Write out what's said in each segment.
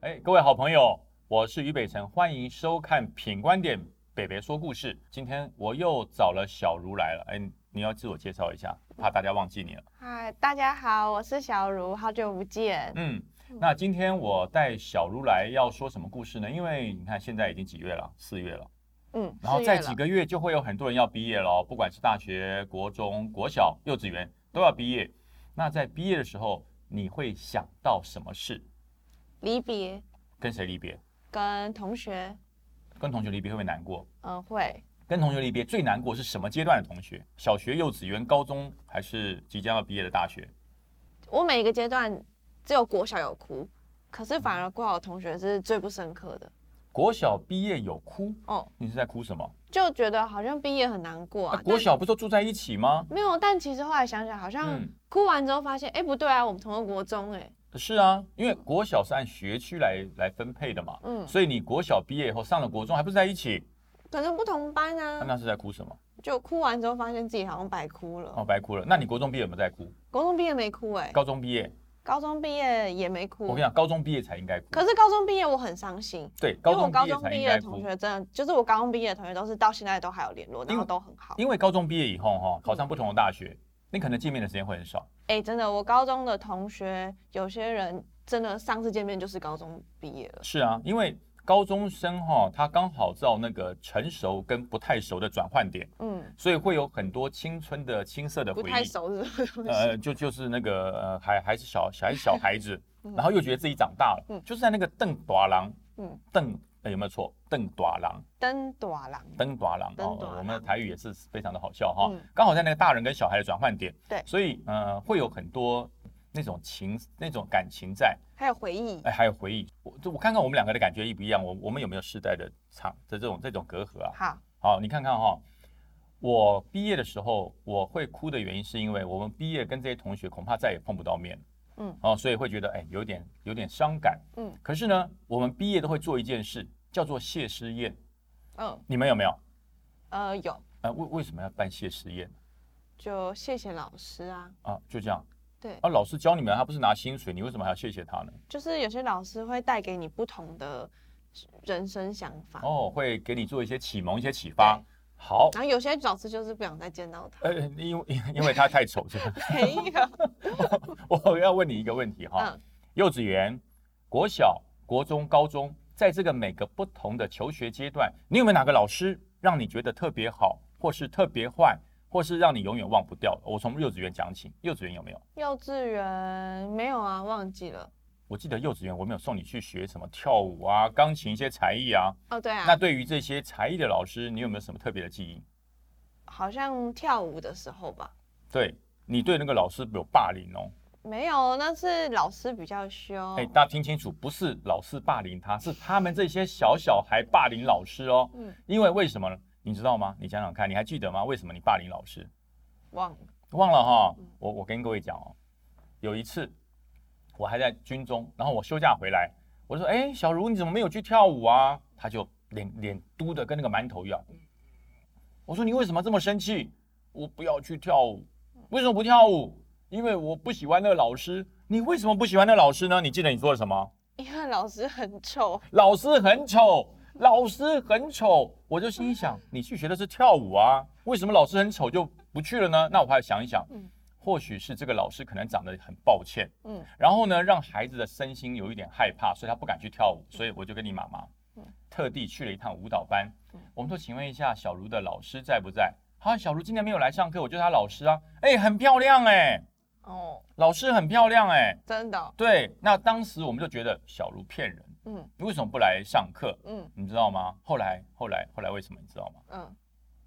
哎各位好朋友，我是于北辰，欢迎收看《品观点北北说故事》。今天我又找了小茹来了，哎，你要自我介绍一下，怕大家忘记你了。嗨，大家好，我是小茹，好久不见。嗯，那今天我带小茹来要说什么故事呢？因为你看现在已经几月了，四月了，嗯，然后四再月几了个月就会有很多人要毕业了，不管是大学、国中、国小、幼稚园都要毕业。那在毕业的时候，你会想到什么事？离别跟谁离别？跟同学，跟同学离别会不会难过？嗯，会跟同学离别最难过是什么阶段的同学？小学、幼稚园、高中，还是即将要毕业的大学？我每一个阶段只有国小有哭，可是反而国小的同学是最不深刻的国小毕业有哭，哦，你是在哭什么？就觉得好像毕业很难过啊啊。国但小不是都住在一起吗？没有，但其实后来想想，好像嗯哭完之后发现，哎、不对啊，我们同个国中、哎，是啊，因为国小是按学区来来分配的嘛，嗯，所以你国小毕业以后上了国中还不是在一起？可能不同班那啊，那是在哭什么？就哭完之后发现自己好像白哭了。哦，白哭了。那你国中毕业有没有在哭？国中毕业没哭、哎，高中毕业，高中毕业也没我哭跟你。讲，高中毕业才应该哭。嗯可是高中毕业我很伤心，对，因高为我中高毕业中才毕应业的该同哭。学真的，就是我高中毕业的同学都是到现在都还有联络，然因后为都很好。因为高中毕业以后哈、考上不同的大学，你可能见面的时间会很少。哎、真的，我高中的同学有些人真的上次见面就是高中毕业了。是啊，因为高中生哈、他刚好到那个成熟跟不太熟的转换点，嗯，所以会有很多青春的青涩的不回忆。太熟是什么东西？呃，就就是那个呃，还还是小还是小孩子， 嗯然后又觉得自己长大了，嗯就是在那个邓短郎，嗯邓、呃、有没有错？邓短郎，登短郎，邓短郎邓哦，短我们的郎台语也是非常的好笑哈、嗯刚好在那个大人跟小孩的转换点，对所以呃，会有很多那种情那种感情在，还有回忆。哎，还有回忆，我这我看看我们两个的感觉一不一样，我我们有没有世代的差的这种这种隔阂啊？好，好，你看看哈、我毕业的时候我会哭的原因是因为我们毕业跟这些同学恐怕再也碰不到面，嗯，哦，所以会觉得哎有点有点伤感，嗯，可是呢，我们毕业都会做一件事叫做谢师宴，嗯，你们有没有？呃，有，呃，为为什么要办谢师宴就谢谢老师啊。啊？就这样对，啊，老师教你们，他不是拿薪水，你为什么还要谢谢他呢？就是有些老师会带给你不同的人生想法，哦，会给你做一些启蒙，一些启发。好，然后有些老师就是不想再见到他。呃，因为因因为他太丑，是吧？没有， 我要问你一个问题哈，嗯，幼稚园、国小、国中、高中，在这个每个不同的求学阶段，你有没有哪个老师让你觉得特别好，或是特别坏，或是让你永远忘不掉的？我从幼稚园讲起，幼稚园有没有？幼稚园没有啊，忘记了。我记得幼稚园我们有送你去学什么跳舞啊、钢琴一些才艺啊。哦，对啊，那对于这些才艺的老师，你有没有什么特别的记忆？好像跳舞的时候吧，对你对那个老师有霸凌哦？没有，那是老师比较凶。哎，大家听清楚，不是老师霸凌他，是他们这些小小孩霸凌老师哦。嗯，因为为什么呢？你知道吗？你想想看，你还记得吗？为什么你霸凌老师？忘了，忘了哈，我我跟各位讲哦，有一次我还在军中，然后我休假回来，我就说：“哎，小茹，你怎么没有去跳舞啊？”他就脸脸嘟的跟那个馒头一样。我说：“你为什么这么生气？”我不要去跳舞，为什么不跳舞？因为我不喜欢那个老师。你为什么不喜欢那个老师呢？你记得你说了什么？因为老师很丑。老师很丑，老师很丑。我就心嗯想，你去学的是跳舞啊，为什么老师很丑就不去了呢？那我还想一想嗯，或许是这个老师可能长得很抱歉， 嗯，然后呢，让孩子的身心有一点害怕，所以他不敢去跳舞。所以我就跟你妈妈嗯特地去了一趟舞蹈班嗯。我们说，请问一下，小茹的老师在不在？啊，小茹今天没有来上课，我就是她老师啊。哎、很漂亮哎、哦，老师很漂亮哎、真的哦、对，那当时我们就觉得小茹骗人，嗯你为什么不来上课？嗯你知道吗？后来，后来，后来为什么你知道吗？嗯，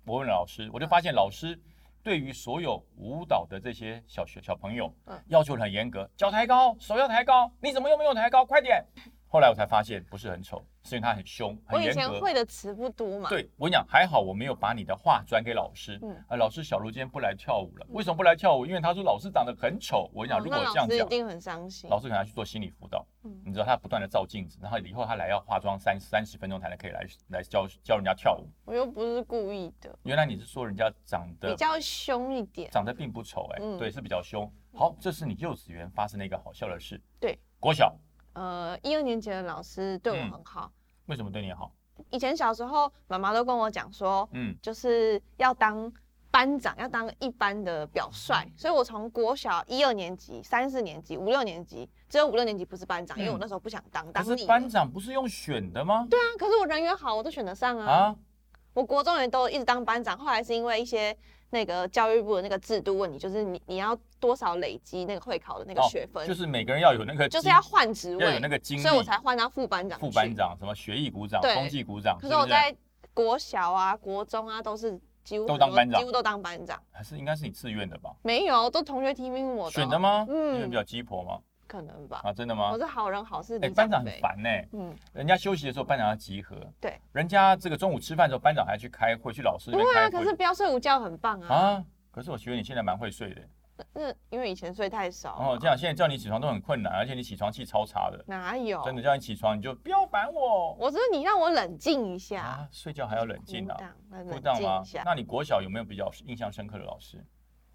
我问老师，我就发现老师对于所有舞蹈的这些小学小朋友，嗯要求得很严格，脚抬高，手要抬高，你怎么又没有抬高？快点！后来我才发现不是很丑，是因为他很凶，我很以严前格。会的词不多嘛。，对我跟你讲，还好我没有把你的话转给老师。嗯啊，老师，小茹今天不来跳舞了，为什么不来跳舞？因为他说老师长得很丑。我跟你讲，哦如果那我这老样师一讲，定很伤心。老师可能要去做心理辅导。嗯你知道他不断的照镜子，然后以后他来要化妆三三十分钟才能可以来来教教人家跳舞。我又不是故意的，原来你是说人家长比得较凶一点。长得并不丑哎、嗯对，是比较凶。好，这是你幼稚园发生的一个好笑的事。对，国小呃一二年级的老师对我嗯很好。为什么对你好？以前小时候，妈妈都跟我讲说，嗯，就是要当班长，要当一班的表率。嗯所以我从国小一二年级、三四年级、五六年级，只有五六年级不是班长，因为嗯我那时候不想当，可当是你班长不是用选的吗？对啊，可是我人缘好，我都选得上啊。啊，我国中也都一直当班长，后来是因为一些那个教育部的那个制度问题，就是你你要多少累积那个会考的那个哦学分，就是每个人要有那个就是经要换职要有位，那个经历，所以我才换到副班长。副班。长什么学艺鼓掌、对风纪鼓掌，可是是不我在国小啊、国中啊都是几乎都很当多班长几乎都当班长。还是应该是你自愿的吧？没有，都同学提名我的。选的？吗？嗯因为比较鸡婆吗？可能吧。啊，真的吗我？是好人好事哎，理班长很想非。烦呢，嗯，人家休息的时候班长要集合，对，人家这个中午吃饭的时候班长还去开会，去老师那不边会啊，开可是会不要睡午觉很棒啊。啊。可是我觉得你现在蛮会睡的，那因为以前睡太少。哦，这样现在叫你起床都很困难，而且你起床气超差的，哪有？真的叫你起床你就不要烦我我说你让我冷静一下。啊，睡觉还要冷静鼓啊，掌，来不冷当静吗一下？。那你国小有没有比较印象深刻的老师？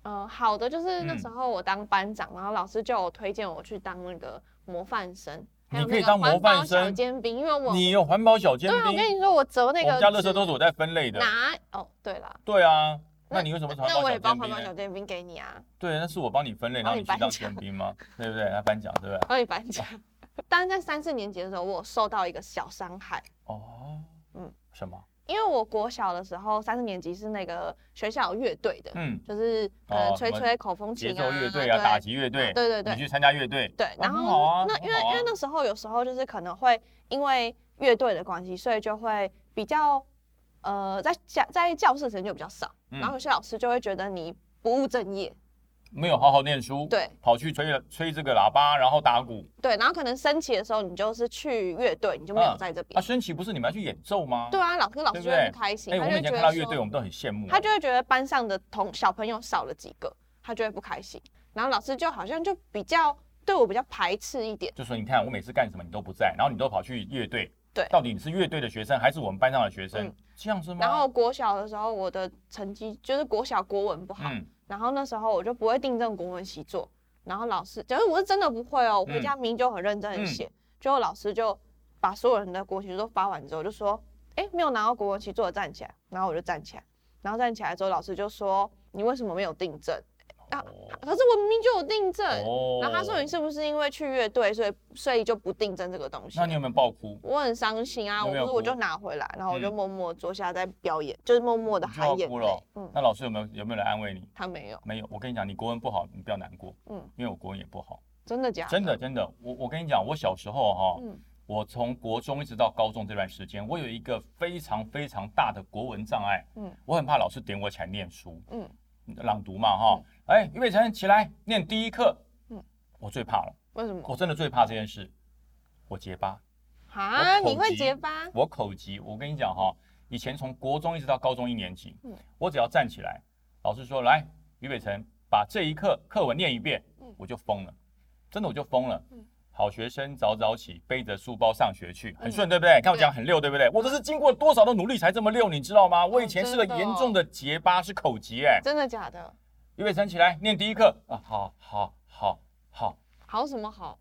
呃，好的，就是那嗯时候我当班长，然后老师叫我推荐我去当那个模范生，还有你可以那个当模环保范小生尖兵，因为我你有环保小尖对啊，我兵，跟你说，我折那我个们家垃圾纸都是我在分类的。拿哦，对啦，对啊，那你为什么传那到我小也包尖环兵保小呢？尖兵给你啊，对，那是我帮你分类，然帮后你你去当颁尖奖兵吗？对不对？来颁奖，对不对？帮你颁奖。 但是在三四年级的时候，我有受到一个小伤害，哦，嗯嗯，什么？因为我国小的时候三四年级是那个学校有乐队的，嗯，就是哦呃吹什么吹口风琴节啊，奏乐队啊，打击乐队，对对对你去参加乐队，对，那然很后、好啊那很因为、好啊因为那时候有时候就是可能会因为乐队的关系，所以就会比较呃在教在教室的时间就比较少，嗯然后有些老师就会觉得你不务正业，没有好好念书，，对跑去吹吹这个喇叭，然后打鼓。对，然后可能升旗的时候你就是去乐队，你就没有嗯在这边，啊，升旗不是你们要去演奏吗？对。啊，老师老对师不就会对不开心，哎，我他们就会以觉前看得到乐队，我说们都很羡慕。啊他就会觉得班上的同小朋友少了几个，他就会不开心，然后老师就好像就比较对我比较排斥一点，就说你看我每次干什么你都不在，然后你都跑去乐队，对到底你是乐队的学生还是我们班上的学生嗯？这样子吗？然后国小的时候我的成绩就是国小国文不好。嗯，然后那时候我就不会订正国文习作，然后老师，假如我是真的不会哦，我嗯回家明就很认真的写，结果老师就把所有人的国文习作都发完之后，就说，哎，没有拿到国文习作的站起来，然后我就站起来，然后站起来之后，老师就说，你为什么没有订正？啊哦可是我明明就有订正，哦然后他说你是不是因为去乐队，所以所以就不订正这个东西那？你有没有爆哭？我很伤心啊，有我没不有是我哭就拿回来，然后我就嗯默默坐下在表演，就是默默的你就要含眼哭泪了。嗯，那老师有没有有没有来安慰你？他没有，没有，我跟你讲，你国文不好，你不要难过，嗯，因为我国文也不好，真的假的？真的真的，我我跟你讲，我小时候哈、嗯我从国中一直到高中这段时间，我有一个非常非常大的国文障碍，嗯我很怕老师点我起来念书，嗯。朗读嘛哈，哎，俞北辰起来念第一课，嗯我最怕了，为什么？我真的最怕这件事，我结巴，啊，我口你会疾结巴？我口疾，我跟你讲哈、以前从国中一直到高中一年级，嗯我只要站起来，老师说来，俞北辰把这一课课文念一遍，嗯我就疯了，真的我就疯了。嗯好学生早早起，背着书包上学去，很嗯顺，对不对？你看我讲很溜，对不对？我这是经过多少的努力才这么溜，你知道吗？我以前是个真的哦严重的结巴，是口疾哎。真的假的？俞北辰起来念第一课啊，好好好好好什么好？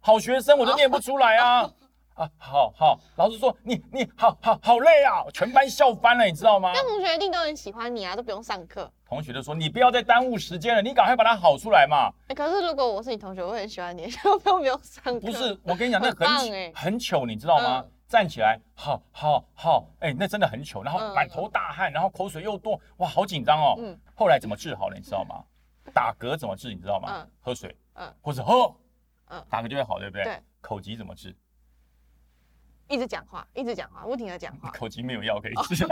好学生，我 都念不出来啊。啊，好好，老师说你你好好好累啊，全班笑翻了，你知道吗？那同学一定都很喜欢你啊，都不用上课。同学就说：“你不要再耽误时间了，你赶快把它好出来嘛哎，可是如果我是你同学，我会很喜欢你， 都不用不用上！”课。不是，我跟你讲，那很棒很糗欸很糗，你知道吗？嗯站起来，好好好，哎、那真的很糗，然后嗯满头大汗，然后口水又多，哇，好紧张哦。嗯后来怎么治好了，你知道吗？打嗝怎么治，你知道吗？嗯喝水，嗯或者喝，嗯打嗝就会好，对不对？对口疾怎么治？一直讲话，一直讲话，不停的讲 话，口疾没有药可以治，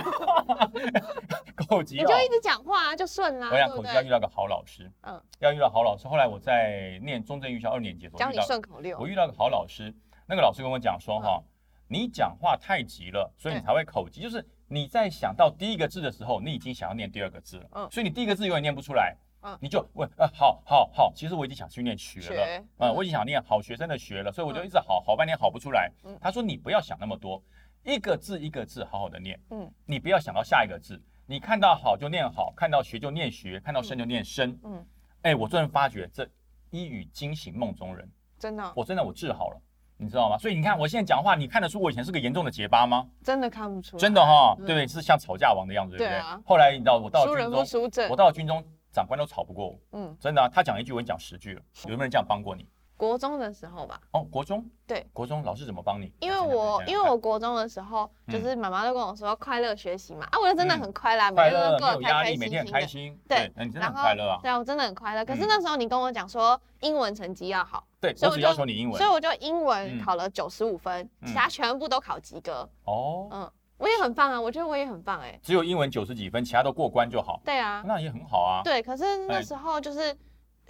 口疾哦你哦就。一直讲话啊就顺啦，我想对口不疾要遇对？到个好老师，嗯，要遇到好老师。后来我在念中正预校二年级的时候，教遇你到顺口溜我。遇到个好老师，那个老师跟我讲说哈、你讲话太急了，所以你对才会口急，就是你在想到第一个字的时候，你已经想要念第二个字了，嗯所以你第一个字永远念不出来，嗯你就问啊，好好好，其实我已经想去念学了，学嗯，嗯我已经想念好学生的学了，所以我就嗯一直好好半天好不出来。嗯他说你不要想那么多，一个字一个字好好的念，嗯你不要想到下一个字，你看到好就念好，看到学就念学，看到深就念深。嗯，哎，我突然发觉这一语惊醒梦中人，真的哦，我真的我治好了。你知道吗？所以你看我现在讲话，你看得出我以前是个严重的结巴吗？真的看不出来，真的哈，嗯对不对？是像吵架王的样子，对不对对啊？后来你知道我到输了人军不中，输阵我。到了军中，长官都吵不过我，嗯，真的啊。他讲一句，我已经讲十 句了。有没有人这样帮过你？国中的时候吧，哦，国中，对，国中老师怎么帮你？啊因为我讲讲讲嗯因为我国中的时候，就是妈妈都跟我说快乐学习嘛，啊，我就真的很快乐，每快天都乐，没过有得压开开力，每心天很心开的。心。对，那你真的然很后快乐啊。对啊，我真的很快乐。可是嗯那时候你跟我讲说英文成绩要好，对，所以我我只就要求你英文所以。我就英文嗯考了九十五分，嗯其他全部都考及格。哦，嗯，我也很棒啊，我觉得我也很棒哎。只有英文九十几分，其他都过关就好，对啊，那也很好啊。对，可是那哎时候就是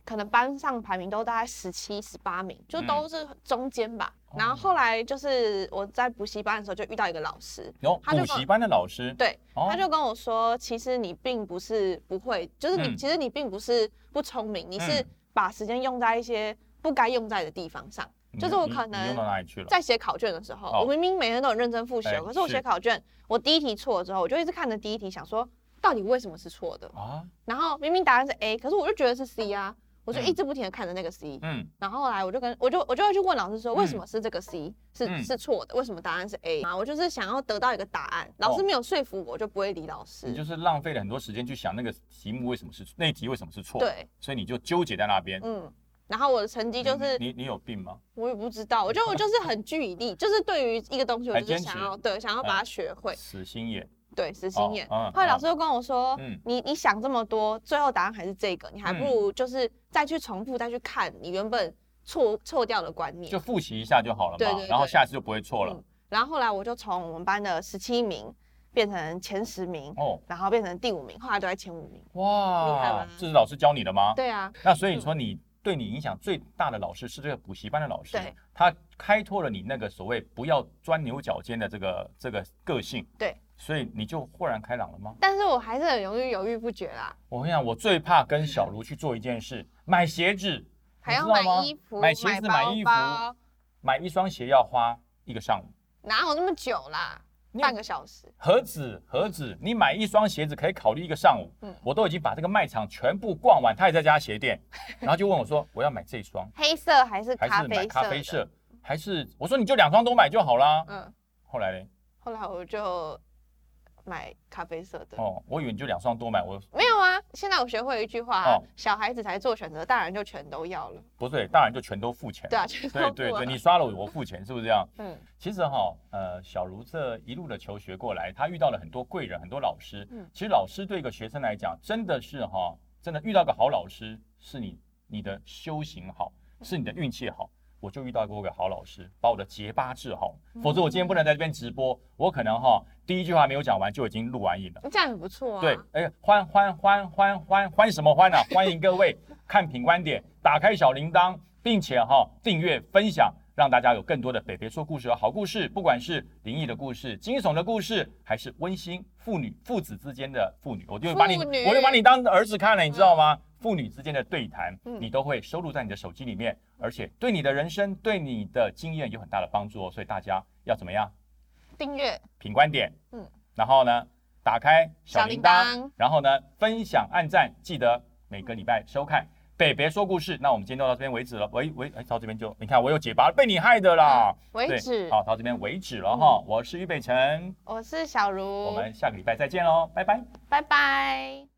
可能班上排名都大概十七、十八名，就都是中间吧。嗯哦然后后来就是我在补习班的时候就遇到一个老师，然后他就补习班的老师，对，哦他就跟我说，其实你并不是不会，就是你、嗯其实你并不是不聪明，你是嗯把时间用在一些不该用在的地方上。你就是我你可你能用到哪里去了？在写考卷的时候，哦我明明每天都很认真复习哦，哎可是我是写考卷，我第一题错了之后，我就一直看着第一题，想说到底为什么是错的？啊，然后明明答案是 A，可是我就觉得是 C 啊，我就嗯一直不停的看着那个 C，、嗯然后后来我就跟我就我就会去问老师说，为什么是这个 C、是嗯是错的？为什么答案是 A 啊？我就是想要得到一个答案，老师没有说服我，我就不会理老师。你就是浪费了很多时间去想那个题目为什么是那一题为什么是错，，对，所以你就纠结在那边。嗯。然后我的成绩就嗯是你你你有病吗？我也不知道，我觉得我就是很据以力，就是对于一个东西，我还就是坚想持要对想要把它学会，死心眼，对死心眼。哦嗯后来老师就跟我说，嗯你你想这么多，最后答案还是这个，你还不如就是再去重复再去看你原本错错掉的观念。就复习一下就好了对嘛对，对然后下次就不会错了嗯。然后后来我就从我们班的十七名变成前十名，哦，然后变成第五名，后来都在前五名。厉哇害吧，这是老师教你的吗？对啊，那所以你说你对你影响最大的老师是这个补习班的老师对，他开拓了你那个所谓不要钻牛角尖的这个这个个性，对，所以你就豁然开朗了吗？但是我还是很犹豫犹豫不决啦，我跟你讲，我最怕跟小卢去做一件事，买鞋子，还要你知道买吗衣服、买鞋子、买包衣服，包，买一双鞋要花一个上午，哪有那么久啦？你半个小时。何止何止，你买一双鞋子可以考虑一个上午。嗯我都已经把这个卖场全部逛完，他也在家鞋 店，然后就问我说，我要买这双黑色还是还咖是啡买色？咖啡。色，还是我说你就两双都买就好啦。嗯，后来嘞，后来我就买咖啡色的。哦，我以为你就两双都买，我没有啊，现在我学会一句话啊、哦小孩子才做选择，大人就全都要了。不对，当然就全都付钱。对啊，全都对不 对了对，你刷了我付钱，是不是这样？嗯其实哈，呃，小茹这一路的求学过来，她遇到了很多贵人，很多老师。嗯其实老师对一个学生来讲，真的是哈，真的遇到个好老师，是你你的修行好，是你的运气好。我就遇到过一个好老师，把我的结巴治好，嗯否则我今天不能在这边直播，我可能哈第一句话没有讲完就已经录完影了。这样很不错啊。对，哎，欢欢欢欢欢欢什么欢啊？ 欢迎各位看品观点，打开小铃铛，并且哈、订阅分享，让大家有更多的北北说故事和好故事，不管是灵异的故事、惊悚的故事，还是温馨父女父子之间的父女，我就把你父女我就把你当儿子看了，你知道吗？父女之间的对谈，嗯你都会收录在你的手机里面，而且对你的人生、对你的经验有很大的帮助哦。所以大家要怎么样？订阅。品观点，嗯嗯，然后呢，打开小铃小铃铛铛，然后呢，分享、按赞，记得每个礼拜收看。北别说故事，那我们今天就到这边为止了。喂喂，哎，到这边就你看我有解巴，被你害的啦。嗯为对止。好，到这边为止了哈。我是于北辰，我是小茹，我们下个礼拜再见喽，拜拜。拜拜。